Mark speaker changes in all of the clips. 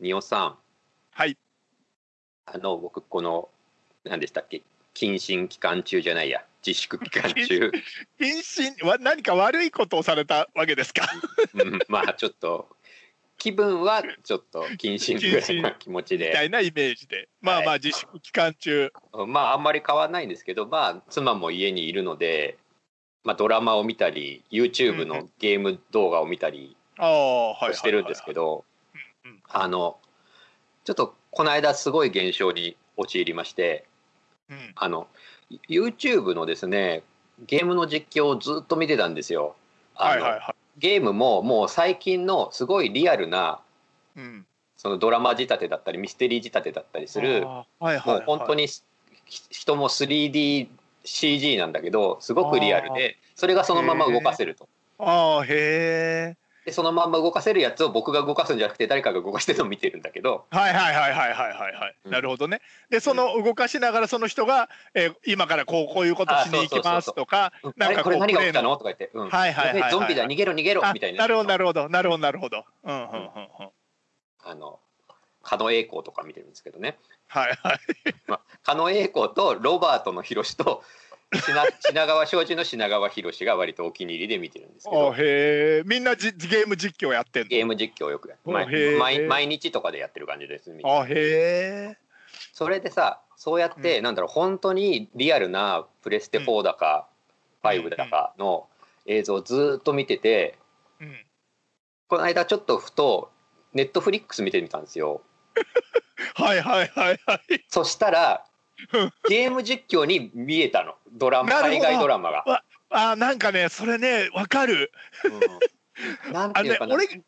Speaker 1: ニオさん、
Speaker 2: はい。
Speaker 1: あの、僕、この、何でしたっけ、謹慎期間中じゃないや、自粛期間 中、
Speaker 2: 謹慎は何か悪いことをされたわけですか。
Speaker 1: うんまあ、ちょっと、気分はちょっと謹慎ぐらいな気持ち
Speaker 2: みた
Speaker 1: で、
Speaker 2: いなイメージで。まあまあ自粛期間中。
Speaker 1: まあ、あんまり変わらないんですけど、まあ、妻も家にいるので、まあ、ドラマを見たり、YouTube のゲーム動画を見たり
Speaker 2: ああ、はいはいはいはい。
Speaker 1: してるんですけど
Speaker 2: うんうん、
Speaker 1: あの、ちょっと、この間、すごい現象に陥りまして、
Speaker 2: うん。
Speaker 1: あの YouTube のですねゲームの実況をずっと見てたんですよ。あの
Speaker 2: はいはいは。
Speaker 1: ゲームももう最近のすごいリアルない
Speaker 2: うん。
Speaker 1: そのドラマ仕立てだったりミステリー仕立てだったりする
Speaker 2: ああ。はいはい、
Speaker 1: も
Speaker 2: は
Speaker 1: う
Speaker 2: い。
Speaker 1: 本当。にひ人も 3DCG なんだけどすごくリアルでそれがそのまま動かせると。
Speaker 2: ああ、へえ。
Speaker 1: でそのまま動かせるやつを僕が動かすんじゃなくて誰かが動かしてるのを見てるんだけど
Speaker 2: はいはいはいはいはいはいはい、
Speaker 1: うん
Speaker 2: なるほどね。でその動かしながらその人が、えー今からこうこういうことしに行きますとか
Speaker 1: 「うんあ
Speaker 2: なん
Speaker 1: れ
Speaker 2: か
Speaker 1: こ
Speaker 2: こう
Speaker 1: れ何が起きた
Speaker 2: プレイ
Speaker 1: の?」とか言って「うん
Speaker 2: はいはいはいはい
Speaker 1: ゾンビだ逃げろ逃げろ」みたいな
Speaker 2: あなるほどなるほどなるほどなるほど。うんうんうんうん。
Speaker 1: あの狩野英孝とか見てるんですけどね。
Speaker 2: はいはい。
Speaker 1: まあ、狩野英孝とロバートの広志と 品品川庄司の品川博士が割とお気に入りで見てるんですけ
Speaker 2: お
Speaker 1: ど
Speaker 2: へえ。みんなじゲーム実況やってんの。
Speaker 1: ゲーム実況をよくやって
Speaker 2: お
Speaker 1: 毎
Speaker 2: へー
Speaker 1: 毎毎日とかでやってる感じですみんな
Speaker 2: あへえ。
Speaker 1: それでさそうやって、なんだろう本当にリアルなプレステ4だか、5だかの映像をずーっと見てて
Speaker 2: うん。
Speaker 1: この間ちょっとふとネットフリックス見てみたんですよ
Speaker 2: はいはいはいはい。
Speaker 1: そした ら
Speaker 2: うん
Speaker 1: ゲーム実況に見えたのドラマ
Speaker 2: なるほ
Speaker 1: 海
Speaker 2: ど
Speaker 1: 外ドラマが。
Speaker 2: あーなんかねそれねわかる。
Speaker 1: うんなんていうかな。
Speaker 2: あね俺
Speaker 1: うん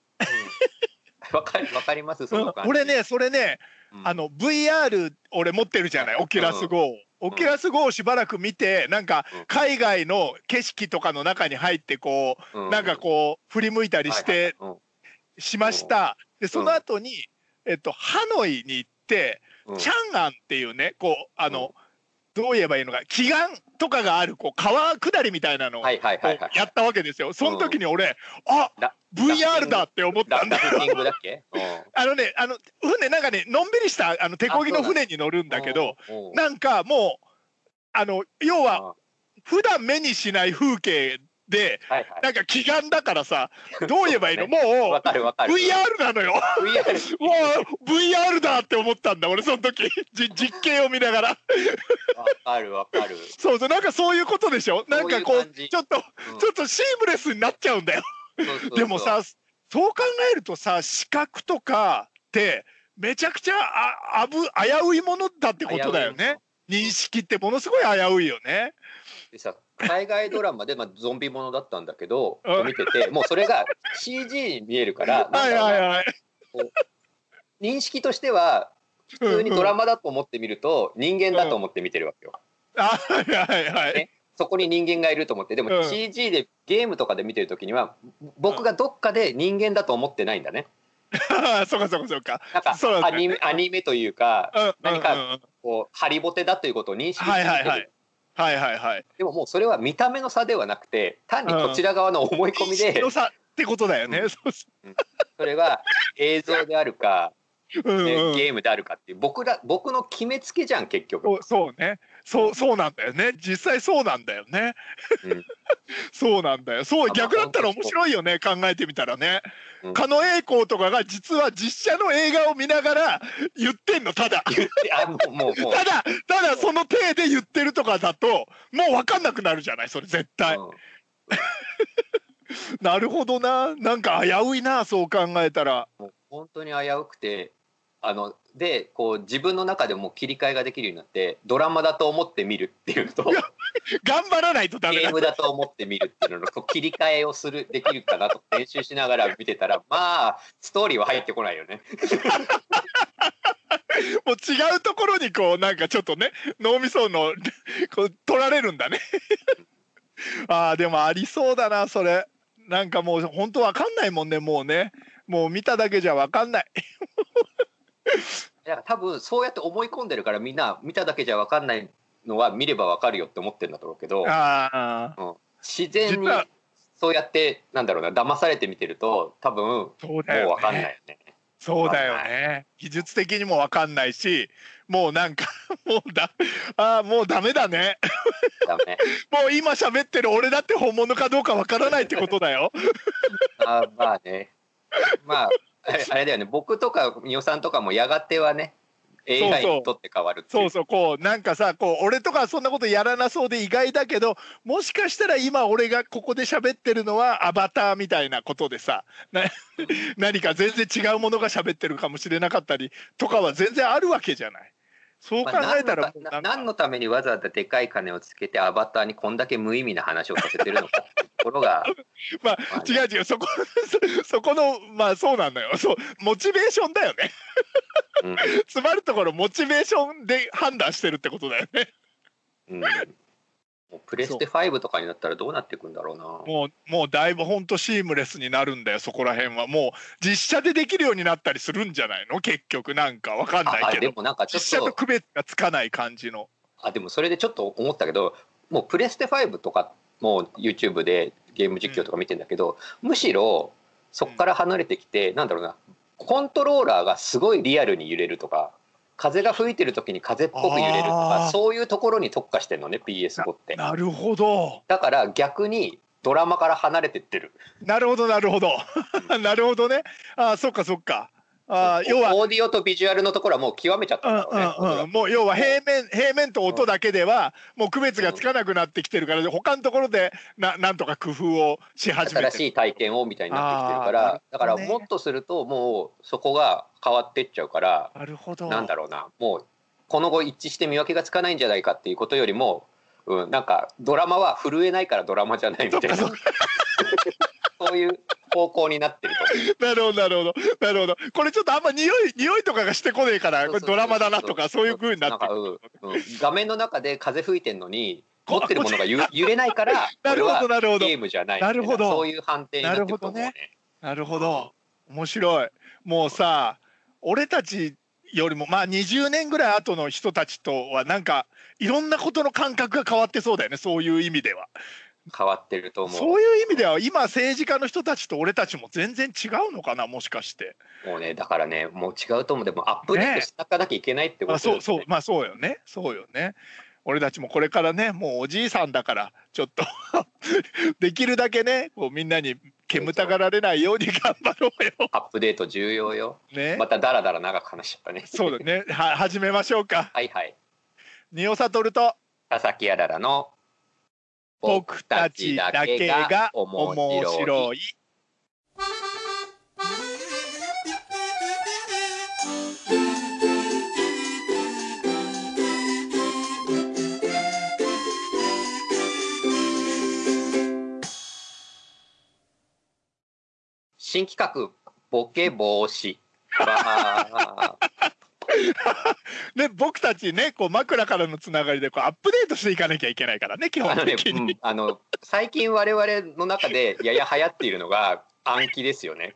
Speaker 1: わかりわかりますその感じ。
Speaker 2: 俺ねそれね
Speaker 1: うん、
Speaker 2: あの VR 俺持ってるじゃないオキュラス GO を。オキュラス GO をしばらく見てなんか
Speaker 1: うん
Speaker 2: 海外の景色とかの中に入ってこ
Speaker 1: う
Speaker 2: うなんかこう振り向いた
Speaker 1: う
Speaker 2: りして
Speaker 1: んはいはい
Speaker 2: しました。でその後にえっとハノイに行って
Speaker 1: うんうん
Speaker 2: チャンアンっていうねこうあのどう言えばいいのか奇岩とかがあるこう川下りみたいなのを
Speaker 1: はいはいはいはい。
Speaker 2: やったわけですよ。その時に俺あ
Speaker 1: ラ
Speaker 2: VR だって思った
Speaker 1: ラ
Speaker 2: んだ
Speaker 1: ラ
Speaker 2: よ
Speaker 1: フティングだっけ？うん
Speaker 2: あのね、あの船なんかね、のんびりしたあの手漕ぎの船に乗るんだけど、、
Speaker 1: うんうん
Speaker 2: なんかもうあの要は
Speaker 1: は
Speaker 2: 普段目にしない風景で、
Speaker 1: いはい。
Speaker 2: なんか奇岩だからさ、どう言えばいい の？も
Speaker 1: わ
Speaker 2: う
Speaker 1: かるわかる。
Speaker 2: VR なのよ。
Speaker 1: VR
Speaker 2: もう VR だって思ったんだ。俺その時じ実験を見ながら、
Speaker 1: わかるわかる。
Speaker 2: そうそうなんかそういうことでしょ。なんかこ
Speaker 1: そう
Speaker 2: う
Speaker 1: いう感じ
Speaker 2: ちょっと
Speaker 1: うん
Speaker 2: ちょっとシームレスになっちゃうんだよ。
Speaker 1: そうそうそう
Speaker 2: でもさそう考えるとさ視覚とかってめちゃくちゃああぶ危ういものだってことだよね。認識ってものすごい危ういよね。
Speaker 1: でさ海外ドラマでまあゾンビものだったんだけど
Speaker 2: うん
Speaker 1: 見ててもうそれが CG に見えるからな
Speaker 2: は
Speaker 1: ん
Speaker 2: い
Speaker 1: だろう
Speaker 2: はい
Speaker 1: な
Speaker 2: はい。
Speaker 1: 認識としては普通にドラマだと思って見ると人間だと思って見てるわけよ。
Speaker 2: マ。あはいはいはい。
Speaker 1: そこに人間がいると思ってで
Speaker 2: う
Speaker 1: も
Speaker 2: ん
Speaker 1: CG でゲームとかで見てる時には僕がどっかで人間だと思ってないんだね。
Speaker 2: そうかそうかそうか。
Speaker 1: なんか
Speaker 2: そうだ
Speaker 1: ア
Speaker 2: ね
Speaker 1: ニメアニメというか
Speaker 2: うんうん
Speaker 1: 何
Speaker 2: うん
Speaker 1: かこうハリボテだということを認識して
Speaker 2: はいは
Speaker 1: 見
Speaker 2: いは
Speaker 1: て
Speaker 2: い
Speaker 1: る。
Speaker 2: はいはいはい。
Speaker 1: でももうそれは見た目の差ではなくて単にこちら側の思い込み
Speaker 2: 認識
Speaker 1: で
Speaker 2: の差ってことだよね。
Speaker 1: うん
Speaker 2: そうそ
Speaker 1: それは映像であるか
Speaker 2: う。うん
Speaker 1: ね
Speaker 2: うん
Speaker 1: ゲームであるかっていう僕ら僕の決めつけじゃん結局。
Speaker 2: おそうね。そうそうなんだよね。実際そうなんだよね。
Speaker 1: うん
Speaker 2: そうなんだよ。そう
Speaker 1: まあ
Speaker 2: 逆だったら面白いよね。考えてみたらね
Speaker 1: う。ん
Speaker 2: 狩野英孝とかが実は実写の映画を見ながら言ってんのただ。
Speaker 1: 言ってあもうも うもう
Speaker 2: ただただその体で言ってるとかだともう分かんなくなるじゃないそれ絶対、
Speaker 1: うん
Speaker 2: なるほどななんか危ういなそう考えたら
Speaker 1: もう本当に危うくてあのでこう自分の中でもう切り替えができるようになってドラマだと思って見るっていうのと
Speaker 2: 頑張らないとダメ
Speaker 1: ゲ
Speaker 2: だ
Speaker 1: ームだと思って見るっていうののこう切り替えをするできるかなと練習しながら見てたらまあストーリーは入ってこないよね。
Speaker 2: もう違うところにこうなんかちょっとね脳みその こう取られるんだね あーでもありそうだなそれなんかもう本当わかんないもんねもうねもう見ただけじゃわかんない
Speaker 1: だから多分そうやって思い込んでるからみんな見ただけじゃ分かんないのは見れば分かるよって思ってるんだろうけど
Speaker 2: ああ
Speaker 1: 自然に
Speaker 2: 実は
Speaker 1: そうやってなんだろうな騙されて見てると多分も
Speaker 2: そう
Speaker 1: う
Speaker 2: だよ、ね、
Speaker 1: 分かんないよね。
Speaker 2: そうだよね技術的にも分かんないしもうなんか もうだあーもうダメだね
Speaker 1: ダメ。
Speaker 2: もう今喋ってる俺だって本物かどうか分からないってことだよ
Speaker 1: まあまあね。まあ、あれあれだよね。僕とか、みおさんとかもやがてはね、
Speaker 2: そう
Speaker 1: AI にとって変わるってい
Speaker 2: そううそうこうなんかさこう俺とかはそんなことやらなそうで意外だけどもしかしたら今俺がここで喋ってるの はアバターみたいなことでさな何か全然違うものが喋ってるかもしれなかったりとかは全然あるわけじゃない。そう考
Speaker 1: まあ
Speaker 2: えたらも
Speaker 1: 何
Speaker 2: う
Speaker 1: の
Speaker 2: な
Speaker 1: た
Speaker 2: ん
Speaker 1: 何
Speaker 2: か
Speaker 1: のためにわざわざでかい金をつけてアバターにこんだけ無意味な話をさせてるのかってところが
Speaker 2: まあ
Speaker 1: まあね
Speaker 2: 違う違うそこ そそこのまあそうなんだよそうモチベーションだよね
Speaker 1: うん
Speaker 2: つまるところモチベーションで判断してるってことだよね
Speaker 1: うんもうプレステ5とかになったらどうなっていくんだろうな。
Speaker 2: もうもうだいぶほんとシームレスになるんだよそこら辺はもう実写でできるようになったりするんじゃないの結局なんかわかんな
Speaker 1: あ
Speaker 2: い
Speaker 1: あ
Speaker 2: け
Speaker 1: で
Speaker 2: ど
Speaker 1: もなんかち
Speaker 2: 実写
Speaker 1: ょっ
Speaker 2: と
Speaker 1: と
Speaker 2: 区別がつかない感じの
Speaker 1: あでもそれでちょっと思ったけどもうプレステ5とかも YouTube でゲーム実況とか見てんだけど、むしろそこから離れてきて、なんだろうなコントローラーがすごいリアルに揺れるとか風が吹いてる時に風っぽく揺れると
Speaker 2: あ
Speaker 1: か
Speaker 2: ー
Speaker 1: そういうところに特化してんのね PS5 って。
Speaker 2: なるほど
Speaker 1: だから逆にドラマから離れてってる。
Speaker 2: なるほどなるほど なるほどねあーそっかそっかあー要は
Speaker 1: オーディオとビジュアルのところはもう極めちゃったんだろうね。
Speaker 2: うんうんうん、もう要は平面平面と音だけではもう区別がつかなくなってきてるから他のところでななんとか工夫をし始め
Speaker 1: 新
Speaker 2: て
Speaker 1: しい体験をみたいになってきてるか
Speaker 2: あーな
Speaker 1: ら
Speaker 2: る、
Speaker 1: だ
Speaker 2: ほ
Speaker 1: か
Speaker 2: ど
Speaker 1: ら
Speaker 2: ね
Speaker 1: もっとするともうそこが変わってっちゃうから、
Speaker 2: なるほど
Speaker 1: なんだろうな、もうこの後一致して見分けがつかないんじゃないかっていうことよりも、うん、なんかドラマは震えないからドラマじゃないみたいな、
Speaker 2: そ
Speaker 1: そ
Speaker 2: っか
Speaker 1: ういう方向になってると思う。
Speaker 2: なるほどなるほどなるほどこれちょっとあんま匂い匂いとかがしてこねえからこれドラマだなとかそういう風になって
Speaker 1: んか、
Speaker 2: る
Speaker 1: うんうん画面の中で風吹いてんの に持ってるものがゆ揺れないから
Speaker 2: なるほどなるほ
Speaker 1: これは
Speaker 2: ど
Speaker 1: ゲームじゃない
Speaker 2: なるほど
Speaker 1: そういう判定になってると思う
Speaker 2: な
Speaker 1: ね
Speaker 2: るなるほど面白いもうさ俺たちよりもまあ20年ぐらい後の人たちとはなんかいろんなことの感覚が変わってそうだよねそういう意味では。
Speaker 1: 変わってると思う
Speaker 2: そういう意味では今政治家の人たちと俺たちも全然違うのかなもしかして
Speaker 1: もうねだからねもう違うと思うでもアップデートしていかなきゃいけないってこと
Speaker 2: あ
Speaker 1: ですね
Speaker 2: そうそうまあそうよねそうよね俺たちもこれからねもうおじいさんだからちょっと できるだけねこうみんなに煙たがられないように頑張ろうよ
Speaker 1: アップデート重要よ
Speaker 2: ね、
Speaker 1: まただらだら長く話しちゃったね
Speaker 2: そうだねは始めましょうか
Speaker 1: はいはい
Speaker 2: 仁尾悟と
Speaker 1: 佐々木あららの
Speaker 2: 僕たちだけが面白い
Speaker 1: 新企画ボケ防止わー
Speaker 2: ね僕たちねこう枕からのつながりでこうアップデートしていかなきゃいけないからね 基
Speaker 1: あ
Speaker 2: 本
Speaker 1: のね、
Speaker 2: 的
Speaker 1: う
Speaker 2: に。
Speaker 1: ん、あの最近我々の中でやや流行っているのが暗記ですよね。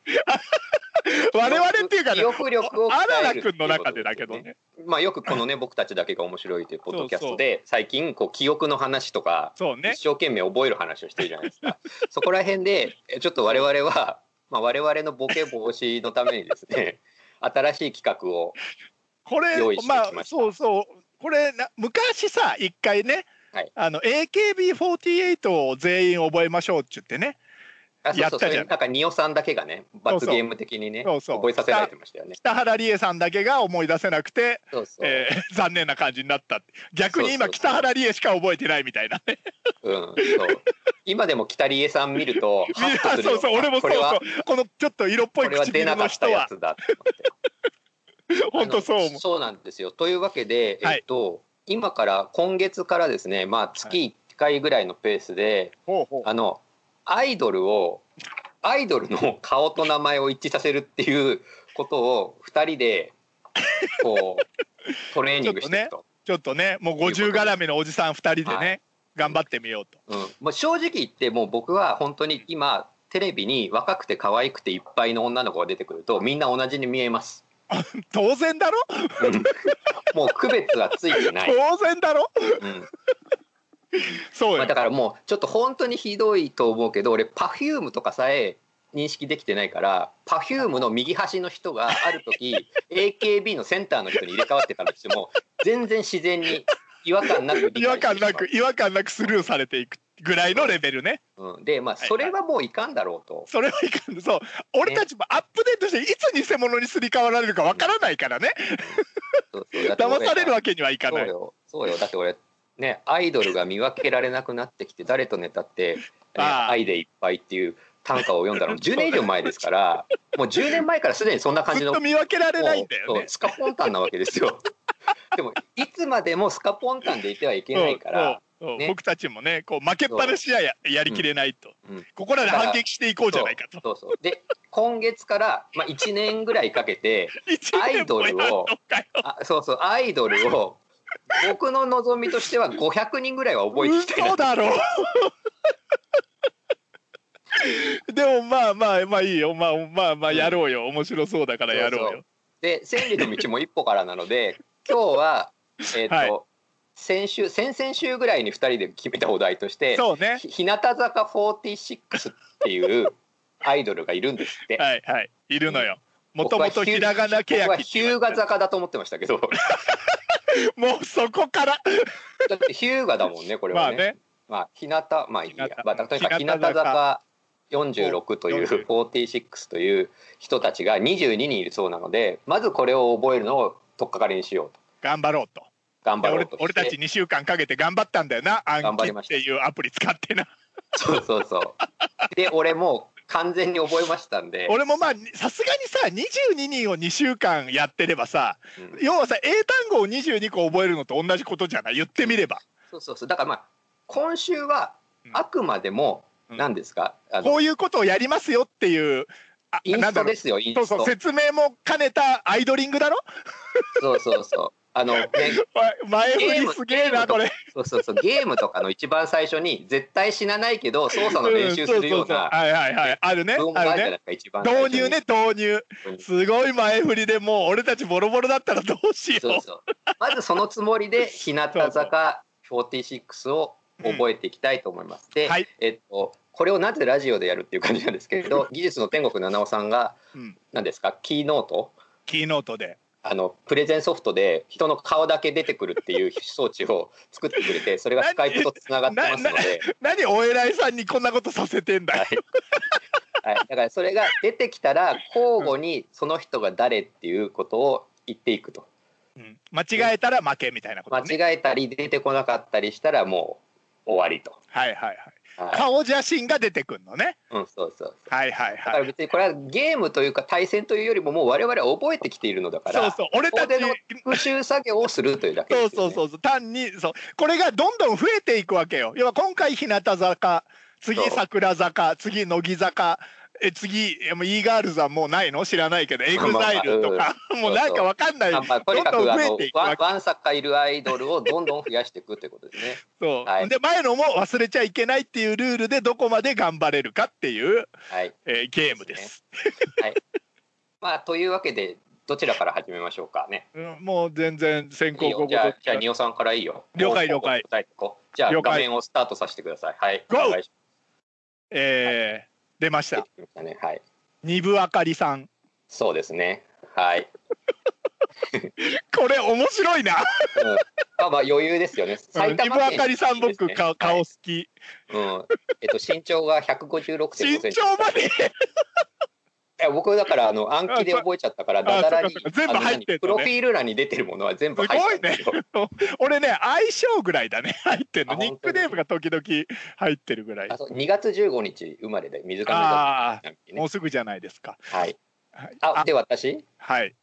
Speaker 2: 我々っていうかね
Speaker 1: 記憶力を鍛
Speaker 2: あら
Speaker 1: え
Speaker 2: ら
Speaker 1: る
Speaker 2: くんの中でだけどね。
Speaker 1: まあよくこのね僕たちだけが面白いというポッドキャストで最近こう記憶の話とか
Speaker 2: そうね
Speaker 1: 一。生懸命覚える話をしてるじゃないですか。 そこら辺でえちょっと我々はまあ我々のボケ防止のためにですね 新しい企画を
Speaker 2: これ
Speaker 1: 用意してきま
Speaker 2: ま
Speaker 1: した
Speaker 2: あそうそうこれな昔さ一回ね、
Speaker 1: はい
Speaker 2: あの AKB48 を全員覚えましょうって言ってね
Speaker 1: あそう
Speaker 2: やっ
Speaker 1: そう
Speaker 2: た
Speaker 1: そ
Speaker 2: じゃ
Speaker 1: れ
Speaker 2: ん
Speaker 1: になんかニオさんだけがね罰ゲーム的にね
Speaker 2: そうそう
Speaker 1: 覚えさせられてましたよね。
Speaker 2: 北原理恵さんだけが思い出せなくて、
Speaker 1: そうそう。
Speaker 2: えー 残念な感じになったって逆に今
Speaker 1: そうそう
Speaker 2: 北原理恵しか覚えてないみたいなね
Speaker 1: うん、そう今でも北里江さん見ると ハッとするよ
Speaker 2: そうそう俺
Speaker 1: こ
Speaker 2: もそう
Speaker 1: れ
Speaker 2: そ
Speaker 1: は
Speaker 2: うこのちょっと色っぽ
Speaker 1: こ
Speaker 2: い
Speaker 1: れは出
Speaker 2: 唇
Speaker 1: なか
Speaker 2: の
Speaker 1: った
Speaker 2: 人
Speaker 1: や
Speaker 2: は
Speaker 1: つだと思って
Speaker 2: 本当そう
Speaker 1: あ
Speaker 2: 思
Speaker 1: の
Speaker 2: う。
Speaker 1: そうなんですよ。というわけで、
Speaker 2: はい
Speaker 1: えっと、今から今月からですね、まあ、月1回ぐらいのペースで、
Speaker 2: ほうほう
Speaker 1: あのアイドルをアイドルの顔と名前を一致させるっていうことを2人でこう トレーニングしていくと。
Speaker 2: ちょっとねもう50絡みのおじさん2人でね、
Speaker 1: はい
Speaker 2: 頑張ってみようと。
Speaker 1: うんもう正直言ってもう僕は本当に今テレビに若くて可愛くていっぱいの女の子が出てくるとみんな同じに見えます。
Speaker 2: 当然だろ
Speaker 1: うんもう区別はついてない。
Speaker 2: 当然だろ
Speaker 1: うん
Speaker 2: そう
Speaker 1: まあ、
Speaker 2: よ
Speaker 1: だからもうちょっと本当にひどいと思うけど俺パフュームとかさえ認識できてないから、Perfume の右端の人がある時 AKB のセンターの人に入れ替わってたとしても、全然自然に違和感なく理
Speaker 2: 違和
Speaker 1: 解してしまう
Speaker 2: 感なく、違和感なくスルーされていくぐらいのレベルね。
Speaker 1: うん、で、まあ、それはもういかんだろうと。
Speaker 2: それはいかん。そう。俺たちもアップデートして、いつ偽物にすり替わられるかわからないからね。
Speaker 1: そうそうだって俺
Speaker 2: 騙されるわけにはいかな
Speaker 1: そう
Speaker 2: い。
Speaker 1: よそうよだって俺ねアイドルが見分けられなくなってきて誰とネタって、ね「
Speaker 2: ああ
Speaker 1: 愛でいっぱい」っていう短歌を読んだの10年以上前ですからもう10年前からすでにそんな感
Speaker 2: ず
Speaker 1: じ
Speaker 2: っ
Speaker 1: の
Speaker 2: と見分けられないんだよ
Speaker 1: もうそ
Speaker 2: ね
Speaker 1: う。スカポンタンなわけです よでもいつまでもスカポンタンでいてはいけないから
Speaker 2: そうそう
Speaker 1: ね
Speaker 2: 僕たちもねこう負けっぱなしやややりきれないと、
Speaker 1: うんうん
Speaker 2: ここらで反撃していこうじゃないかと
Speaker 1: そうそうで今月から、まあ、1年ぐらいかけて
Speaker 2: 一
Speaker 1: アイ
Speaker 2: 年
Speaker 1: ド
Speaker 2: もや
Speaker 1: ル
Speaker 2: ん
Speaker 1: を
Speaker 2: のかよ
Speaker 1: あそうそうアイドルを僕の望みとしては500人ぐらいは覚えていきたいな
Speaker 2: 嘘だろでもまあまあまあいいよまあまあまあやろうよ面白そうだからやろうよ
Speaker 1: そうで千里の道も一歩からなので今日はえっ、と、
Speaker 2: はい
Speaker 1: 先週先々週ぐらいに2人で決めたお題として
Speaker 2: そうね
Speaker 1: ひ日向坂46っていうアイドルがいるんですって。
Speaker 2: はいはいいるのよも
Speaker 1: 僕
Speaker 2: と
Speaker 1: はヒ
Speaker 2: も
Speaker 1: ュ
Speaker 2: と
Speaker 1: ー
Speaker 2: ひらがなけや
Speaker 1: 僕は
Speaker 2: き
Speaker 1: 日向坂だと思ってましたけど
Speaker 2: もうそこから
Speaker 1: だって日向だもんねこれ
Speaker 2: まあ
Speaker 1: はね。
Speaker 2: ね
Speaker 1: まあ日向まあいいや
Speaker 2: 日向、
Speaker 1: まあ、とにかく
Speaker 2: 日
Speaker 1: 日
Speaker 2: 向
Speaker 1: 向
Speaker 2: 坂
Speaker 1: 坂46という
Speaker 2: 40
Speaker 1: 46という人たちが22人いるそうなのでまずこれを覚えるのを取っかかりにしようと
Speaker 2: 頑張ろうと
Speaker 1: 頑張ろう
Speaker 2: 俺
Speaker 1: として
Speaker 2: 俺たち2週間かけて頑張ったんだよな暗
Speaker 1: 頑張
Speaker 2: 記
Speaker 1: り
Speaker 2: っ
Speaker 1: まして
Speaker 2: いうアプリ使ってな
Speaker 1: そうそうそう。で、俺もう完全に覚えましたんで。
Speaker 2: 俺もまあさすがにさ22人を2週間やってればさ
Speaker 1: うん
Speaker 2: 要はさ英単語を22個覚えるのと同じことじゃない言ってみれば
Speaker 1: そうそうそう。だからまあ今週は
Speaker 2: うん
Speaker 1: あくまでも
Speaker 2: うん
Speaker 1: 何ですか、あの
Speaker 2: こういうことをやりますよっていうあ
Speaker 1: イン
Speaker 2: な
Speaker 1: ス
Speaker 2: んだ
Speaker 1: ト
Speaker 2: ろ
Speaker 1: で
Speaker 2: う
Speaker 1: すよ。イン
Speaker 2: そう
Speaker 1: スト
Speaker 2: そう。説明も兼ねたアイドリングだろ
Speaker 1: そうそうそう。あ のね、
Speaker 2: わ前
Speaker 1: ゲ
Speaker 2: 振
Speaker 1: ー
Speaker 2: り
Speaker 1: ム
Speaker 2: すげえ
Speaker 1: ゲー
Speaker 2: な
Speaker 1: ムと
Speaker 2: これ
Speaker 1: そうそうそう。ゲームとかの一番最初に絶対死なないけど操作の練習するよう
Speaker 2: うんそうそうそう
Speaker 1: な
Speaker 2: はいはいはいあるね
Speaker 1: 文が
Speaker 2: あ
Speaker 1: あるじゃ
Speaker 2: る
Speaker 1: ない
Speaker 2: ね
Speaker 1: ですか。一番最初
Speaker 2: 導
Speaker 1: に
Speaker 2: 入ね。導入すごい前振りでもう俺たちボロボロだったらどうしよ
Speaker 1: そう
Speaker 2: う
Speaker 1: そう。まずそのつもりで日向坂46を覚えていきたいと思います。で、
Speaker 2: はい
Speaker 1: えっとこれをなぜラジオでやるっていう感じなんですけれど、技術の天国七尾さんが
Speaker 2: うん
Speaker 1: 何ですかキーノート
Speaker 2: キーノートで
Speaker 1: あのプレゼンソフトで人の顔だけ出てくるっていう装置を作ってくれて、それがスカイプとつながってますので。
Speaker 2: 何お偉いさんにこんなことさせて んだよ
Speaker 1: はい、だからそれが出てきたら交互にその人が誰っていうことを言っていくと
Speaker 2: うん間違えたら負けみたいなことね
Speaker 1: 間違えたり出てこなかったりしたらもう終わりと、
Speaker 2: はいはいはい
Speaker 1: はい、
Speaker 2: 顔写真が出てくるのね
Speaker 1: うん、そうそうそう。
Speaker 2: はいはい
Speaker 1: だか
Speaker 2: は
Speaker 1: ら
Speaker 2: い
Speaker 1: 別にこれはゲームというか対戦というよりももう我々は覚えてきているのだか
Speaker 2: そう
Speaker 1: ら
Speaker 2: そう俺
Speaker 1: こ
Speaker 2: たち
Speaker 1: こでの復習作業をするというだけ
Speaker 2: そ
Speaker 1: で
Speaker 2: う
Speaker 1: すよ、ね。
Speaker 2: そうそうそう単にそうこれがどんどん増えていくわけよ要は今回日向坂次
Speaker 1: そう
Speaker 2: 桜坂次乃木坂え次えもう e ガールズはもうないの知らないけどエグザイルとかもうなんかわかんない
Speaker 1: あまあ、とにか
Speaker 2: どん
Speaker 1: く
Speaker 2: ど
Speaker 1: あ
Speaker 2: ん増え
Speaker 1: の
Speaker 2: ていくわ
Speaker 1: ワン
Speaker 2: け
Speaker 1: ワンサッカーいるアイドルをどんどん増やしていくということですね。
Speaker 2: そう、
Speaker 1: はい
Speaker 2: で前のも忘れちゃいけないっていうルールでどこまで頑張れるかっていう、
Speaker 1: はい
Speaker 2: えーゲームです
Speaker 1: まあ、というわけでどちらから始めましょうかね。
Speaker 2: うんもう全然先
Speaker 1: いいよ
Speaker 2: 行後
Speaker 1: じゃあじゃあニオさんからいいよ。
Speaker 2: 了解
Speaker 1: もう
Speaker 2: 了解
Speaker 1: 答えていこうじゃあ
Speaker 2: 了解
Speaker 1: 画面をスタートさせてください。はい。
Speaker 2: Go！
Speaker 1: お願いし
Speaker 2: えー出まし
Speaker 1: ま
Speaker 2: た
Speaker 1: す出てきましたね。はい。
Speaker 2: 二部あかりさん
Speaker 1: そうですね。はい。
Speaker 2: これ面白い
Speaker 1: う
Speaker 2: な
Speaker 1: ん まあまあ余裕ですよね。
Speaker 2: 二
Speaker 1: 埼
Speaker 2: 部
Speaker 1: 玉
Speaker 2: あ
Speaker 1: 県
Speaker 2: かりさん僕顔顔好き
Speaker 1: うん。えっと身長 が156.5セン
Speaker 2: 身
Speaker 1: チ。い
Speaker 2: 長まで
Speaker 1: や僕だからあの暗記で覚えちゃったから
Speaker 2: あそう
Speaker 1: ダダラに
Speaker 2: あそうか全部入
Speaker 1: あ
Speaker 2: ってんのね
Speaker 1: の何プロフィール欄に出てるものは全部入ってるんですよ。
Speaker 2: 俺ね相性ぐらいだね 入ってんの
Speaker 1: あ
Speaker 2: ニックネームが時々入ってるぐらい
Speaker 1: あそう2月15日生まれで水上座
Speaker 2: ああ
Speaker 1: なん
Speaker 2: も
Speaker 1: ね。
Speaker 2: うすぐじゃないですか
Speaker 1: はい。
Speaker 2: はい
Speaker 1: あ
Speaker 2: あ
Speaker 1: で私
Speaker 2: はい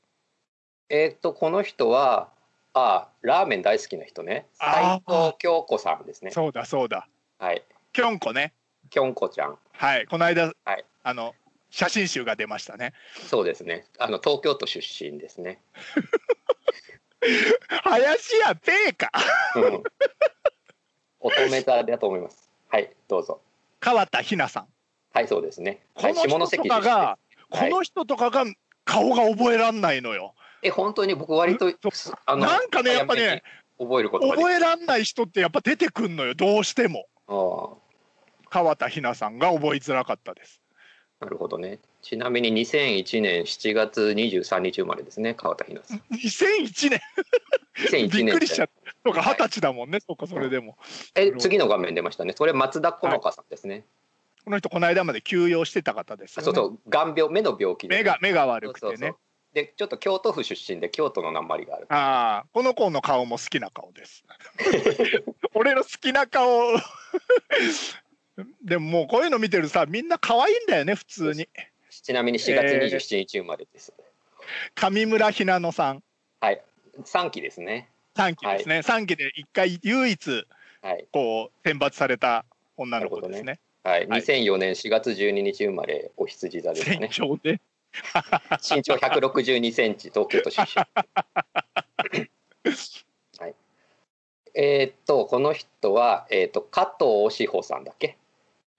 Speaker 1: えーっとこの人はあラーメン大好きな人ね。
Speaker 2: あ
Speaker 1: 斉
Speaker 2: ー
Speaker 1: 藤京子さんですね。
Speaker 2: そうだそうだ
Speaker 1: はい。
Speaker 2: きょんこね
Speaker 1: きょんこちゃん。
Speaker 2: はいこの間、
Speaker 1: はい
Speaker 2: あの写真集が出ましたね
Speaker 1: そうですね。あの東京都出身ですね。
Speaker 2: 林家ペーか
Speaker 1: うん乙女座だと思います。はい、どうぞ。
Speaker 2: 川田ひなさん
Speaker 1: はい、そうですね。
Speaker 2: こ
Speaker 1: は
Speaker 2: の
Speaker 1: い、下
Speaker 2: 人
Speaker 1: 関
Speaker 2: とか
Speaker 1: 出身で出
Speaker 2: が、
Speaker 1: 身ですはい
Speaker 2: この人とかが顔が覚えらんないのよ
Speaker 1: すえ、本当に僕割と
Speaker 2: うそ、
Speaker 1: あ
Speaker 2: なんかねやっぱね、
Speaker 1: 覚えることができ
Speaker 2: 覚えらんない人ってやっぱ出てくんのよどうしても
Speaker 1: あー
Speaker 2: 川田ひなさんが覚えづらかったです
Speaker 1: なるほどね。ちなみに2001年7月23日生まれですね、川田ひなさん。
Speaker 2: 2001年
Speaker 1: 2001年
Speaker 2: びっくりしちゃったそうか
Speaker 1: は
Speaker 2: 二
Speaker 1: い
Speaker 2: 十歳だもんね、そうかそれでも
Speaker 1: え次の画面出ましたね。それ松田好花さんですね。
Speaker 2: この人この間まで休養してた方です
Speaker 1: あ
Speaker 2: よ、ね、
Speaker 1: そうそう、眼病、目の病気で
Speaker 2: 目が目が悪くてね
Speaker 1: そうそうそうで、ちょっと京都府出身で京都のなまりがある。
Speaker 2: ああこの子の顔も好きな顔です 俺の好きな顔 でももうこういうの見てるとさみんな可愛いんだよね普通に
Speaker 1: ちなみに4月27日生まれです。
Speaker 2: 上村ひなのさん
Speaker 1: はい、3期ですね。
Speaker 2: 3期ですね、三3期で一回唯一
Speaker 1: はい、
Speaker 2: こう選抜された女の子ですね
Speaker 1: はい、
Speaker 2: はい
Speaker 1: 2004年4月12日生まれ、お羊座です
Speaker 2: 船
Speaker 1: ね。
Speaker 2: 長で
Speaker 1: 身長162センチ、東京都 出身。はい。えーっと、この人は、えーっと、加藤志保さんだっけ。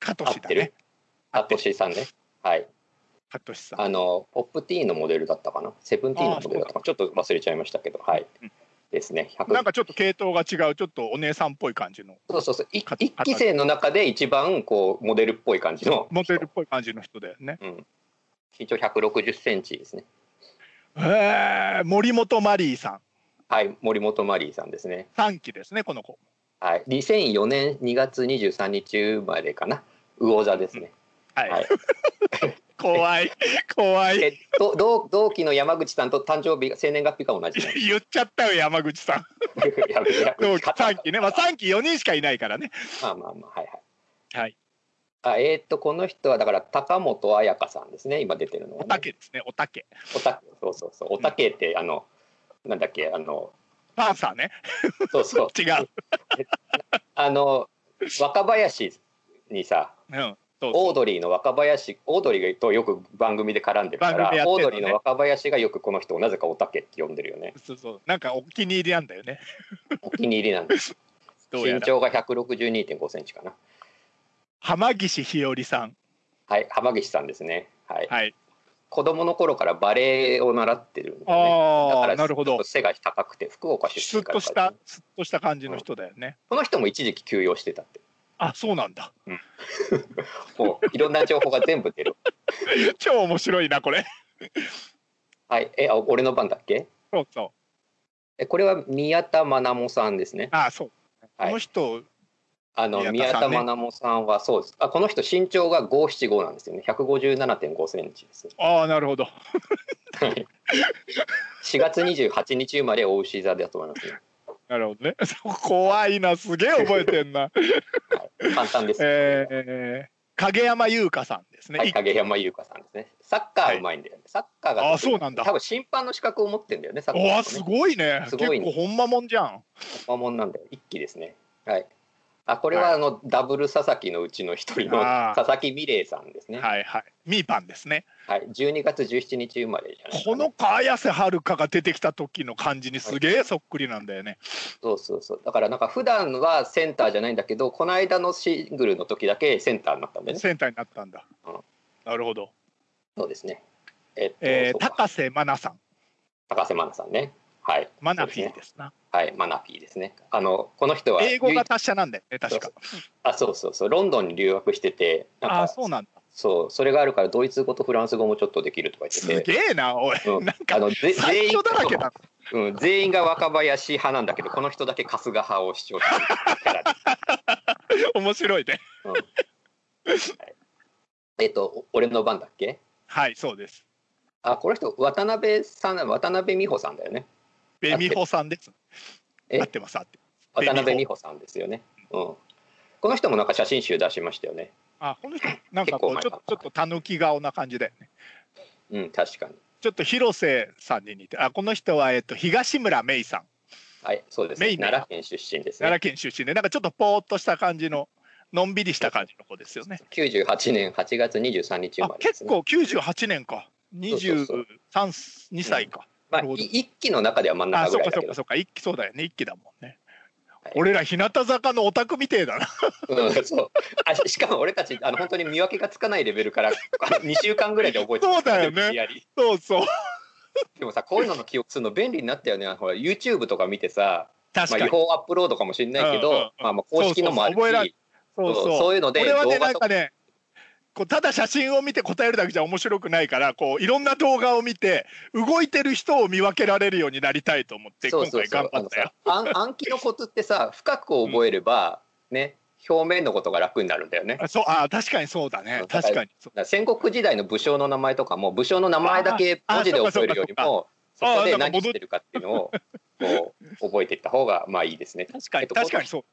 Speaker 2: 加藤
Speaker 1: 合
Speaker 2: 氏
Speaker 1: っ
Speaker 2: だ
Speaker 1: てる
Speaker 2: ね。
Speaker 1: 加藤志さんね。はい。
Speaker 2: 加藤氏さん
Speaker 1: あの、ポップティーンのモデルだったかな。セブンティーンのモデルだったかな。ちょっと忘れちゃいましたけど、はい。
Speaker 2: うん
Speaker 1: ですね。100
Speaker 2: なんかちょっと系統が違うちょっとお姉さんっぽい感じの
Speaker 1: そうそうそう。い
Speaker 2: か
Speaker 1: 一期生の中で一番こうモデルっぽい感じの。
Speaker 2: モデルっぽい感じの人だよね
Speaker 1: うん。身長160センチですね。
Speaker 2: へえ森本マリーさん
Speaker 1: はい、森本マリーさんですね。
Speaker 2: 3期ですねこの子
Speaker 1: はい、2004年2月23日生まれかな、魚座ですね。
Speaker 2: はい、
Speaker 1: はい
Speaker 2: 怖い怖い
Speaker 1: えと 同同期の山口さんと誕生日が生年月日が 同じなんで
Speaker 2: 言っちゃったよ山口さん
Speaker 1: す。やべやべ
Speaker 2: 同期3期ね、まあ、3期4人しかいないからね
Speaker 1: まあまあまあ、はいはい。
Speaker 2: はい
Speaker 1: あえっ、と、この人はだから高本彩香さんですね、今出てるの
Speaker 2: お
Speaker 1: は、
Speaker 2: た
Speaker 1: ね。
Speaker 2: けですねおたけ
Speaker 1: おたけ、そうそうそう、おたけって、あの、なんだっけ、あの、
Speaker 2: パンサーね
Speaker 1: そう そう、
Speaker 2: 違う、
Speaker 1: あの、若林にさ、
Speaker 2: うん、そう
Speaker 1: オ
Speaker 2: そ
Speaker 1: ー
Speaker 2: う
Speaker 1: ドリーの若林、オードリーとよく番組で絡んでるか
Speaker 2: 番
Speaker 1: ら、
Speaker 2: 組やってん
Speaker 1: オ
Speaker 2: の
Speaker 1: ード
Speaker 2: ね
Speaker 1: リーの若林がよくこの人をなぜかおたけって呼んでる よね。
Speaker 2: そうそうなんかお気に入りなんだよね
Speaker 1: お気に入りなんです。
Speaker 2: どうや
Speaker 1: 身
Speaker 2: ら
Speaker 1: 長が162.5センチかな。
Speaker 2: 浜岸ひよりさん
Speaker 1: はい、浜岸さんですね。はい。
Speaker 2: はい
Speaker 1: 子供の頃からバレエを習ってるんで、ね。だ
Speaker 2: あ
Speaker 1: か
Speaker 2: あ
Speaker 1: ら
Speaker 2: なるほど
Speaker 1: 背が高くて福岡出
Speaker 2: すっ
Speaker 1: 身か
Speaker 2: と
Speaker 1: ら
Speaker 2: したすっとした感じの人だよね、
Speaker 1: この人も一時期休養してたって。
Speaker 2: あそうなんだ
Speaker 1: も ういろんな情報が全部出る。
Speaker 2: 超面白いなこれ
Speaker 1: はい。え、あ俺の番だっけ？
Speaker 2: そうそう
Speaker 1: え、これは宮田愛萌さんですね。
Speaker 2: あそう、
Speaker 1: はい
Speaker 2: この人
Speaker 1: あの
Speaker 2: 宮
Speaker 1: 宮
Speaker 2: 田さ
Speaker 1: 田
Speaker 2: んね
Speaker 1: 愛萌さんはそうです。あ、この人身長が575なんですよね。157.5センチです。
Speaker 2: ああなるほど
Speaker 1: はい。4月28日生まれ、大牛座だと思いますね。
Speaker 2: なるほどね そう怖いなすげえ覚えてんな
Speaker 1: 簡単です。
Speaker 2: えー、影山優香さんですね、
Speaker 1: はい、影山優香さんですね。サッカーうまいんだよね。サッカーが得意。
Speaker 2: あそうなんだ
Speaker 1: 多分審判の資格を持ってんだよね。サッカー、ね。
Speaker 2: おおすごいね
Speaker 1: すごいね
Speaker 2: 結構ほんまもんじゃん
Speaker 1: 魔物なんだよ。一気ですね。はい。あ、これ
Speaker 2: は
Speaker 1: はいあの、ダブル佐々木のうちの一人の
Speaker 2: あー
Speaker 1: 佐々木美玲さんですね。はい、
Speaker 2: はいはいミーパンですね
Speaker 1: 12月17日生まれじゃないか
Speaker 2: こ
Speaker 1: な
Speaker 2: の子綾瀬はるかが出てきた時の感じにすげえそっくりなんだよね
Speaker 1: そうそうそう。だからなんか普段はセンターじゃないんだけど、この間のシングルの時だけセンターになったんだよね。
Speaker 2: センターになったんだ
Speaker 1: うん
Speaker 2: なるほど、
Speaker 1: そうですね。えっと、
Speaker 2: え
Speaker 1: そう
Speaker 2: ー、
Speaker 1: か
Speaker 2: 高瀬真奈さん
Speaker 1: 高瀬真奈さんね。はい。
Speaker 2: マナフィ
Speaker 1: そうです
Speaker 2: ー
Speaker 1: ね
Speaker 2: ですな
Speaker 1: はい、マナフィーですね。あの、この人は
Speaker 2: 英語が達者なんだよね確
Speaker 1: そ
Speaker 2: か
Speaker 1: うあそうそうそうロンドンに留学しててなんか
Speaker 2: ああそうなんだ
Speaker 1: そうそれがあるからドイツ語とフランス語もちょっとできるとか
Speaker 2: す
Speaker 1: 言ってて。
Speaker 2: げえなおい、
Speaker 1: うん
Speaker 2: なん
Speaker 1: あ
Speaker 2: か
Speaker 1: のぜ
Speaker 2: 最
Speaker 1: 全員
Speaker 2: 強だらけだ
Speaker 1: うん、全員が若林派なんだけどこの人だけ春日派を主張してるキャラで、
Speaker 2: 面白いね
Speaker 1: うんはい えっと俺の番だっけ
Speaker 2: はいそうです
Speaker 1: あこの人渡辺さん渡辺美穂さんだよね
Speaker 2: ベミホさんです
Speaker 1: え
Speaker 2: 合ってます合ってます
Speaker 1: 渡
Speaker 2: ベ
Speaker 1: 辺
Speaker 2: ミ
Speaker 1: 美穂さんですよね、うん、この人もなんか写真集出しましたよね
Speaker 2: あこの人なんかこう
Speaker 1: 結
Speaker 2: ち
Speaker 1: 構前
Speaker 2: ょ
Speaker 1: か
Speaker 2: っとちょっとたぬき顔な感じだよね
Speaker 1: うん確かに
Speaker 2: ちょっと広瀬さんに似てあこの人はえっと東村芽衣さん
Speaker 1: はいそうです、
Speaker 2: メイ
Speaker 1: ね、
Speaker 2: ンだ
Speaker 1: 奈良県出身ですね
Speaker 2: 奈良県出身でなんかちょっとぽーっとした感じののんびりした感じの子ですよね
Speaker 1: 98年8月23日生
Speaker 2: あ
Speaker 1: まれです、
Speaker 2: 結
Speaker 1: ね、
Speaker 2: 構98年か
Speaker 1: そうそう
Speaker 2: 23 2歳か、
Speaker 1: まあ、
Speaker 2: なるほど
Speaker 1: い一期の中では真ん
Speaker 2: あ
Speaker 1: 中ぐ
Speaker 2: そっ
Speaker 1: ら
Speaker 2: か
Speaker 1: いだ
Speaker 2: そっ
Speaker 1: けど
Speaker 2: かそっか一期そうだよね一期だもんね、
Speaker 1: はい
Speaker 2: 俺ら日向坂のオタクみてえだな
Speaker 1: うん、そうあし しかも俺たちあの本当に見分けがつかないレベルから2週間ぐらいで覚えて
Speaker 2: そうだよね
Speaker 1: 無理やり
Speaker 2: そうそう
Speaker 1: でもさこういうのの記憶するの便利になったよねほら YouTube とか見てさ、
Speaker 2: 確
Speaker 1: ま
Speaker 2: か
Speaker 1: あ、
Speaker 2: に、
Speaker 1: 違法アップロードかもしれないけど、
Speaker 2: うんうんうん
Speaker 1: まあ、まあ公式のもあるし
Speaker 2: そうそうそう覚えられ
Speaker 1: そう
Speaker 2: そうそう
Speaker 1: そういうので
Speaker 2: 俺は
Speaker 1: 動
Speaker 2: ねな
Speaker 1: 画
Speaker 2: ん
Speaker 1: と
Speaker 2: かねこうただ写真を見て答えるだけじゃ面白くないからこういろんな動画を見て動いてる人を見分けられるようになりたいと思って今回頑張ったよ。
Speaker 1: あのさ暗暗記のコツってさ深く覚えれば、ね表面のことが楽になるんだよね。だ
Speaker 2: あそうあ確かにそうだね
Speaker 1: そう
Speaker 2: 確かにそう
Speaker 1: から戦国時代の武将の名前とかも武将の名前だけ文字で覚えるよりもそ
Speaker 2: ああそ
Speaker 1: こで
Speaker 2: うかそうかそうかああな
Speaker 1: 何
Speaker 2: んか戻っ
Speaker 1: してるかっていうのをこう覚えていった方がまあいいですね。
Speaker 2: 確か
Speaker 1: え
Speaker 2: に
Speaker 1: っと
Speaker 2: 確かにそう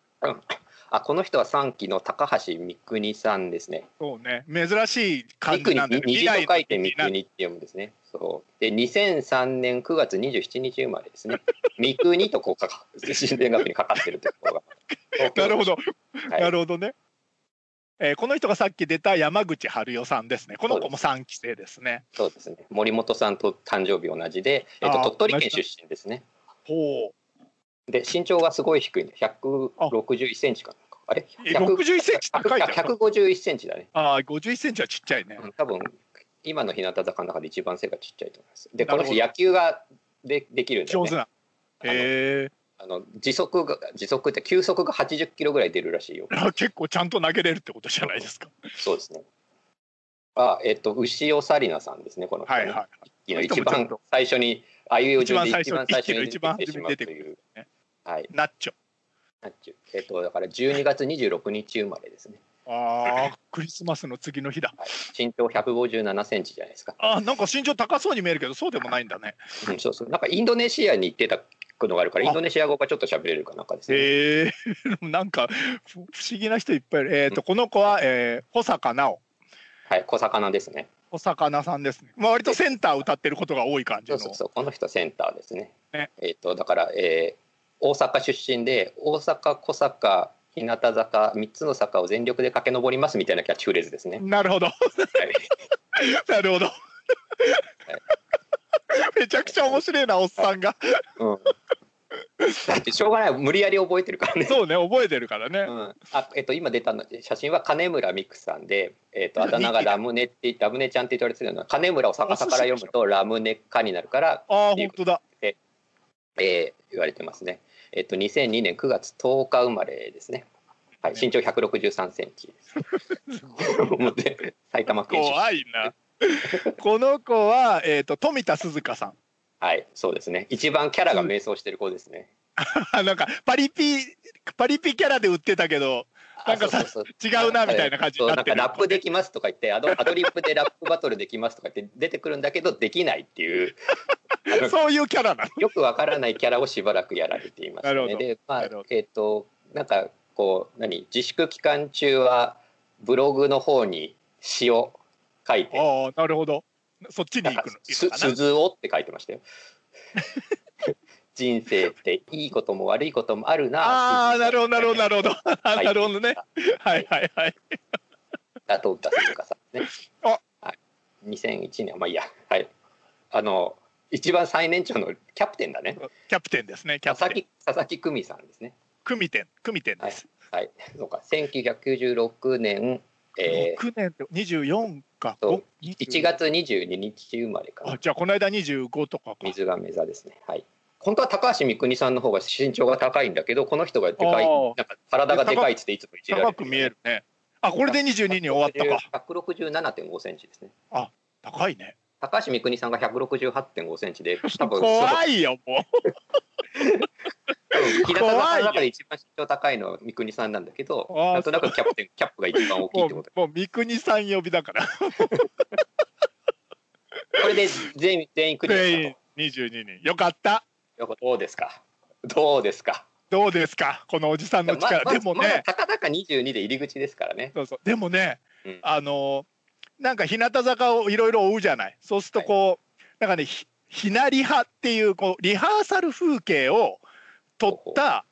Speaker 1: あこの人は三期の高橋三国さんですね。
Speaker 2: そうね珍しい感
Speaker 1: 三
Speaker 2: じ
Speaker 1: 国
Speaker 2: なんだ
Speaker 1: に
Speaker 2: よね
Speaker 1: 虹と書いて三
Speaker 2: な
Speaker 1: 国って読むんですね。そうで2003年9月27日生まれです ね。三国とこうかか神殿学にかかってるってことが。
Speaker 2: なるほど、
Speaker 1: はい
Speaker 2: なるほどね、えーこの人がさっき出た山口春代さんですねこの子
Speaker 1: そう
Speaker 2: も3期生ですね
Speaker 1: そうですね。森本さんと誕生日同じで、えっ
Speaker 2: あー
Speaker 1: と、鳥取県
Speaker 2: 同じ
Speaker 1: 出身ですね。
Speaker 2: ほう
Speaker 1: で、身長がすごい低いんで、161センチかなんか。あれ
Speaker 2: え61センチ高いじゃん
Speaker 1: ?151 センチだね。
Speaker 2: あー51センチはちっちゃいね、
Speaker 1: うん多分今の日向坂の中で一番背がちっちゃいと思います。で、
Speaker 2: な
Speaker 1: こ
Speaker 2: る
Speaker 1: の
Speaker 2: ほど
Speaker 1: 人野球がでできるんだよね
Speaker 2: 上手。な
Speaker 1: あの
Speaker 2: へ
Speaker 1: あの時速が時速って球速が80キロぐらい出るらしいよ
Speaker 2: え。ー、結構ちゃんと投げれるってことじゃないですか
Speaker 1: そうですね。あ、えっと牛尾紗理奈さんですね。この人ね
Speaker 2: はいはい
Speaker 1: 一一
Speaker 2: この人もちょっ
Speaker 1: 番
Speaker 2: と
Speaker 1: 最初にあいうえお順で
Speaker 2: 一
Speaker 1: 一
Speaker 2: 番
Speaker 1: 番
Speaker 2: 最
Speaker 1: 最初
Speaker 2: 初に
Speaker 1: に
Speaker 2: 一番
Speaker 1: 出てしまうという。はい。
Speaker 2: ナッチョ
Speaker 1: なんちゅうえっとだから12月26日生まれですね。
Speaker 2: あークリスマスの次の日だ
Speaker 1: 身長157センチじゃないですか。
Speaker 2: あーなんか身長高そうに見えるけどそうでもないんだね
Speaker 1: うん、そうそう。なんかインドネシアに行ってたのがあるから
Speaker 2: あ
Speaker 1: インドネシア語がちょっと喋れるかなんかですね。
Speaker 2: へえー、 なんかふ不思議な人いっぱいいるえっ、とこの子は、えー、保坂奈緒
Speaker 1: はい、小魚ですね。
Speaker 2: お魚さんですね。まあ割とセンター歌ってることが多い感
Speaker 1: そ
Speaker 2: じの。
Speaker 1: うそうそう。この人センターですね。
Speaker 2: ね
Speaker 1: えっとだから、えー大阪出身で大阪小坂日向坂三つの坂を全力で駆け上りますみたいなキャッチフレーズですね。
Speaker 2: なるほど、
Speaker 1: はい
Speaker 2: なるほど。 めちゃくちゃ面白いなおっさんが。
Speaker 1: うんだってしょうがない無理やり覚えてるからね。
Speaker 2: そうね覚えてるから
Speaker 1: う
Speaker 2: ね。
Speaker 1: ん、あえっと、今出たの写真は金村美久さんで、えっと、あだ名がラムネってラムネちゃんって言われてるのは金村を逆さから読むとラムネカになるから、
Speaker 2: ああ本当だ。
Speaker 1: えー言われてますね、えっと、2002年9月10日生まれですね、はい、身長163センチで埼玉県出身
Speaker 2: 怖いな。この子はえっ、と富田鈴香さん
Speaker 1: はいそうですね一番キャラが迷走してる子ですね、。
Speaker 2: あなんかパリピパリピキャラで売ってたけどなんかさ
Speaker 1: あそうそうそう
Speaker 2: 違うなみたいな感じになってる
Speaker 1: そうなんかラップできますとか言ってアドアドリップでラップバトルできますとか言って出てくるんだけどできないっていうあの
Speaker 2: そういうキャラなの。
Speaker 1: よくわからないキャラをしばらくやられていました
Speaker 2: なるほど
Speaker 1: ね。でまあ
Speaker 2: なるほど
Speaker 1: えっ、となんかこう何自粛期間中はブログの方に詩を書いて
Speaker 2: ああなるほど。そっち
Speaker 1: な
Speaker 2: に
Speaker 1: ん
Speaker 2: 行
Speaker 1: か
Speaker 2: くの
Speaker 1: 「
Speaker 2: いい
Speaker 1: す
Speaker 2: のかな。
Speaker 1: 鈴を」って書いてま したよ。人生っていいことも悪いこともあるな
Speaker 2: ああなるほどなるほどなるほど。あなるほどね。はいはいはい。
Speaker 1: あと歌鈴鹿さんですね。はい、2001年まあいいやはいあの一番最年長のキャプテンだね
Speaker 2: キャプテンですね。キャ
Speaker 1: 佐々
Speaker 2: プテン。
Speaker 1: 木佐々木久美さんですね。
Speaker 2: 組店、組店です。
Speaker 1: はいそうか1996年、え
Speaker 2: 六、年と二十四か。
Speaker 1: そう
Speaker 2: お24
Speaker 1: ー、1月22日生まれか
Speaker 2: あ、
Speaker 1: な
Speaker 2: じゃあこの間二十五とかか。
Speaker 1: 水亀座ですね。はい本当は高橋三國さんの方が身長が高いんだけどこの人がでかい
Speaker 2: あ
Speaker 1: な
Speaker 2: ー
Speaker 1: んか体がでかいっつっていつもいじられ
Speaker 2: 高
Speaker 1: て
Speaker 2: く見えるね。あ、これで二十二に終わったか。
Speaker 1: か167.5センチですね
Speaker 2: 高いね。
Speaker 1: 高橋三國さんが168.5センチで多分
Speaker 2: 怖いよもう。
Speaker 1: 日向坂の中で一番身長高いのは三國さんなんだけど
Speaker 2: あー
Speaker 1: なんとなくキャプ テンキャップが一番大きい
Speaker 2: も
Speaker 1: ってこ
Speaker 2: う
Speaker 1: と
Speaker 2: もう三国さん呼びだから。
Speaker 1: これで全員全員クリアしたと
Speaker 2: 全員二十二人。よかった。
Speaker 1: よくどうですかどうですか
Speaker 2: どうですかこのおじさんの
Speaker 1: ま
Speaker 2: 力。
Speaker 1: ま
Speaker 2: でも
Speaker 1: まだ
Speaker 2: ね。
Speaker 1: 高々22で入り口ですからね
Speaker 2: そうそう。でもね
Speaker 1: うん。
Speaker 2: あのなんか日向坂をいろいろ追うじゃない。そうするとこう、なんかねひひなリハっていうこうリハーサル風景を撮った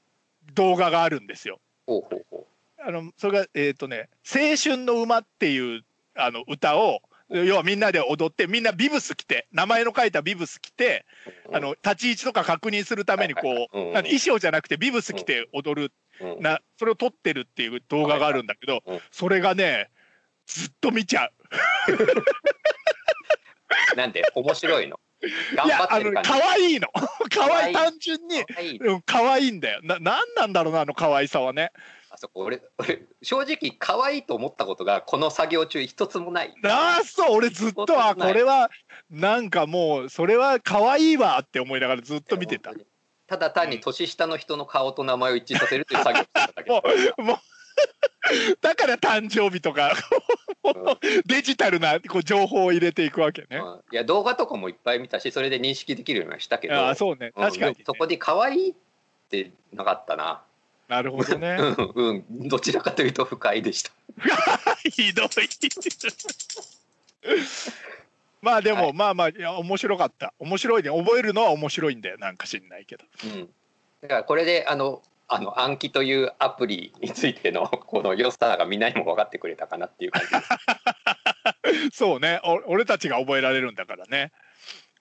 Speaker 2: 動画があるんですよ。
Speaker 1: ほうほうほ
Speaker 2: あのそれがえっ、とね「青春の馬」っていうあの歌を要はみんなで踊ってみんなビブス着て名前の書いたビブス着て
Speaker 1: う
Speaker 2: あの立ち位置とか確認するためにこう
Speaker 1: はいはいはい うん
Speaker 2: あの衣装じゃなくてビブス着て踊る
Speaker 1: うん
Speaker 2: なそれを撮ってるっていう動画があるんだけど
Speaker 1: はいはいうん
Speaker 2: それがねずっと見ちゃう
Speaker 1: なんで面白いの頑
Speaker 2: いや
Speaker 1: 張っ
Speaker 2: あ
Speaker 1: て
Speaker 2: の
Speaker 1: る感じ
Speaker 2: 可愛いの 可
Speaker 1: 可
Speaker 2: 愛
Speaker 1: 愛
Speaker 2: い
Speaker 1: い
Speaker 2: 単純に
Speaker 1: 可愛い
Speaker 2: うん可愛いんだよな何なんだろうなあの可愛さはね
Speaker 1: あそこ俺俺正直可愛いと思ったことがこの作業中一つもない
Speaker 2: あーそう俺ずっとあこれはなんかもうそれは可愛いわって思いながらずっと見てた
Speaker 1: 本当にただ単に年下の人の顔と名前を一致させるという作業をしてた だけ
Speaker 2: もうもうだから誕生日 とか デジタルなこう情報を入れていくわけ
Speaker 1: う
Speaker 2: ね。
Speaker 1: んいや動画とかもいっぱい見たしそれで認識できるようにはしたけど
Speaker 2: ああそうね
Speaker 1: うん
Speaker 2: 確かに、ね
Speaker 1: でもそこで可愛いってなかったな
Speaker 2: なるほどね
Speaker 1: う。ん うんどちらかというと不快でした
Speaker 2: ひどい。 まあでも、
Speaker 1: はい
Speaker 2: まあまあいや面白かった面白いね覚えるのは面白いんだよなんか知んないけど。
Speaker 1: うん、だからこれであのあの暗記というアプリについての この良さがみんなにも分かってくれたかなっていう感じです。
Speaker 2: そうねお俺たちが覚えられるんだからね。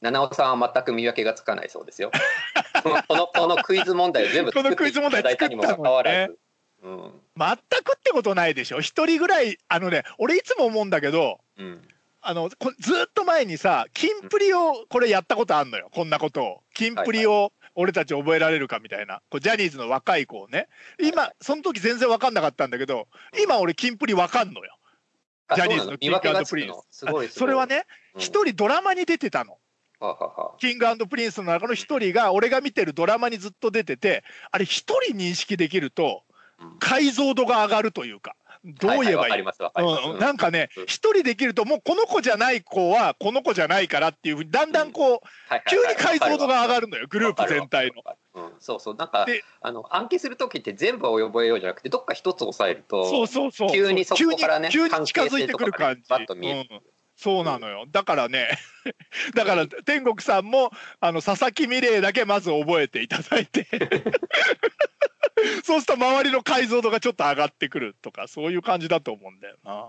Speaker 1: 七尾さんは全く見分けがつかないそうですよ。 このこのクイズ問題を 全部作っていただいたにもかかわらず。うん
Speaker 2: 全くってことないでしょ一人ぐらいあのね俺いつも思うんだけど
Speaker 1: うん
Speaker 2: あのこずーっと前にさキンプリをこれやったことあんのよこんなことをキンプリを俺たち覚えられるかみたいなこうジャニーズの若い子をね
Speaker 1: はい
Speaker 2: 今その時全然分かんなかったんだけど今俺キンプリ分かんのよ
Speaker 1: あ
Speaker 2: ジャニー
Speaker 1: そ
Speaker 2: ズ
Speaker 1: うな
Speaker 2: の
Speaker 1: 見分けがつくのすごいすごい
Speaker 2: それは、ね
Speaker 1: うん
Speaker 2: 一人ドラマに出てたの
Speaker 1: ははは
Speaker 2: キングプリンスの中の一人が俺が見てるドラマにずっと出ててあれ一人認識できると
Speaker 1: うん
Speaker 2: 解像度が上がるというかどう言えば
Speaker 1: はいはいわか
Speaker 2: いいの
Speaker 1: りますわかります。
Speaker 2: うん、なんかね
Speaker 1: うん
Speaker 2: 一人できるともうこの子じゃない子はこの子じゃないからっていうふうにだんだんこう急に解像度が上が
Speaker 1: る
Speaker 2: るのよグループ全体の。。
Speaker 1: うん、そうそうなんか
Speaker 2: で
Speaker 1: あの暗記する時って全部を覚えようじゃなくてどっか一つ押さえると
Speaker 2: そうそうそう
Speaker 1: 急にそこからね
Speaker 2: 急に急に近づいてくる感じ。
Speaker 1: 関係性とかがねバッ
Speaker 2: うんそうなのよだからね だから天国さんもあの佐々木美玲だけまず覚えていただいて そうすると周りの解像度がちょっと上がってくるとかそういう感じだと思うんだよな。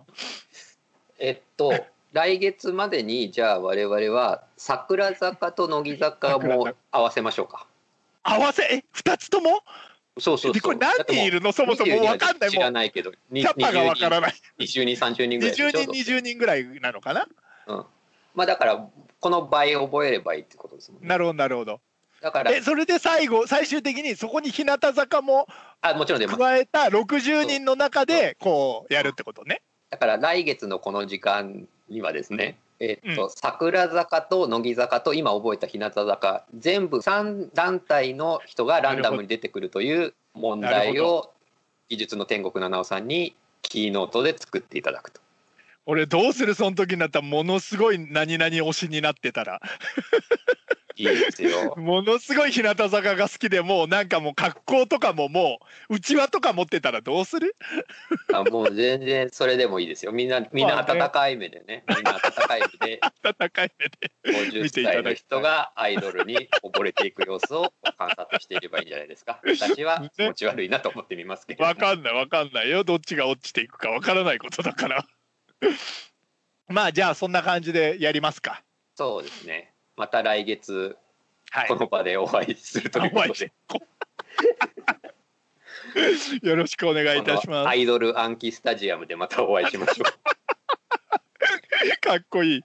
Speaker 1: えっと来月までにじゃあ我々は桜坂と乃木坂も合わせましょうか。
Speaker 2: 合わせえ二つとも
Speaker 1: そうそうそ
Speaker 2: で
Speaker 1: う。
Speaker 2: これ何人いるのそもそも分かんない
Speaker 1: 知
Speaker 2: も
Speaker 1: ら
Speaker 2: ん
Speaker 1: ないけど。
Speaker 2: キ
Speaker 1: キ
Speaker 2: ャパが分からない。
Speaker 1: 20人30人ぐらいでしょ。
Speaker 2: 20人20人ぐらいなのかな
Speaker 1: うん。まあだからこの倍覚えればいいってことですもんね。
Speaker 2: なるほどなるほど
Speaker 1: だから
Speaker 2: えそれで最後最終的にそこに日向坂も
Speaker 1: あもちろん出ます。
Speaker 2: 加えた60人の中でこうやるってことね
Speaker 1: だから来月のこの時間にはですね。えっと、
Speaker 2: う
Speaker 1: 桜坂と乃木坂と今覚えた日向坂全部3団体の人がランダムに出てくるという問題
Speaker 2: なる
Speaker 1: を技術の天国七尾さんにキーノートで作っていただくと。
Speaker 2: 俺どうするその時になったらものすごい何々推しになってたら。
Speaker 1: いいですよ
Speaker 2: ものすごい日向坂が好きでもうなんかもう格好とかももううちわとか持ってたらどうする
Speaker 1: あもう全然それでもいいですよ。みんなみんな
Speaker 2: まあね
Speaker 1: 温かい目でね。みんな温かい目で
Speaker 2: 戦い目で
Speaker 1: 50
Speaker 2: 見ていただきた
Speaker 1: 歳の人
Speaker 2: い
Speaker 1: がアイドルに溺れていく様子を観察していればいいんじゃないですか。私は気持ち悪いなと思ってみますけれども
Speaker 2: 分かんない分かんないよどっちが落ちていくか分からないことだから まあじゃあそんな感じでやりますか
Speaker 1: そうですね。また来月
Speaker 2: はい
Speaker 1: この場でお会いするということ で、
Speaker 2: よろしくお願いいたし
Speaker 1: この
Speaker 2: ま
Speaker 1: ア
Speaker 2: す。
Speaker 1: イドル暗記スタジアムでまたお会いしましょう。
Speaker 2: かっこいい。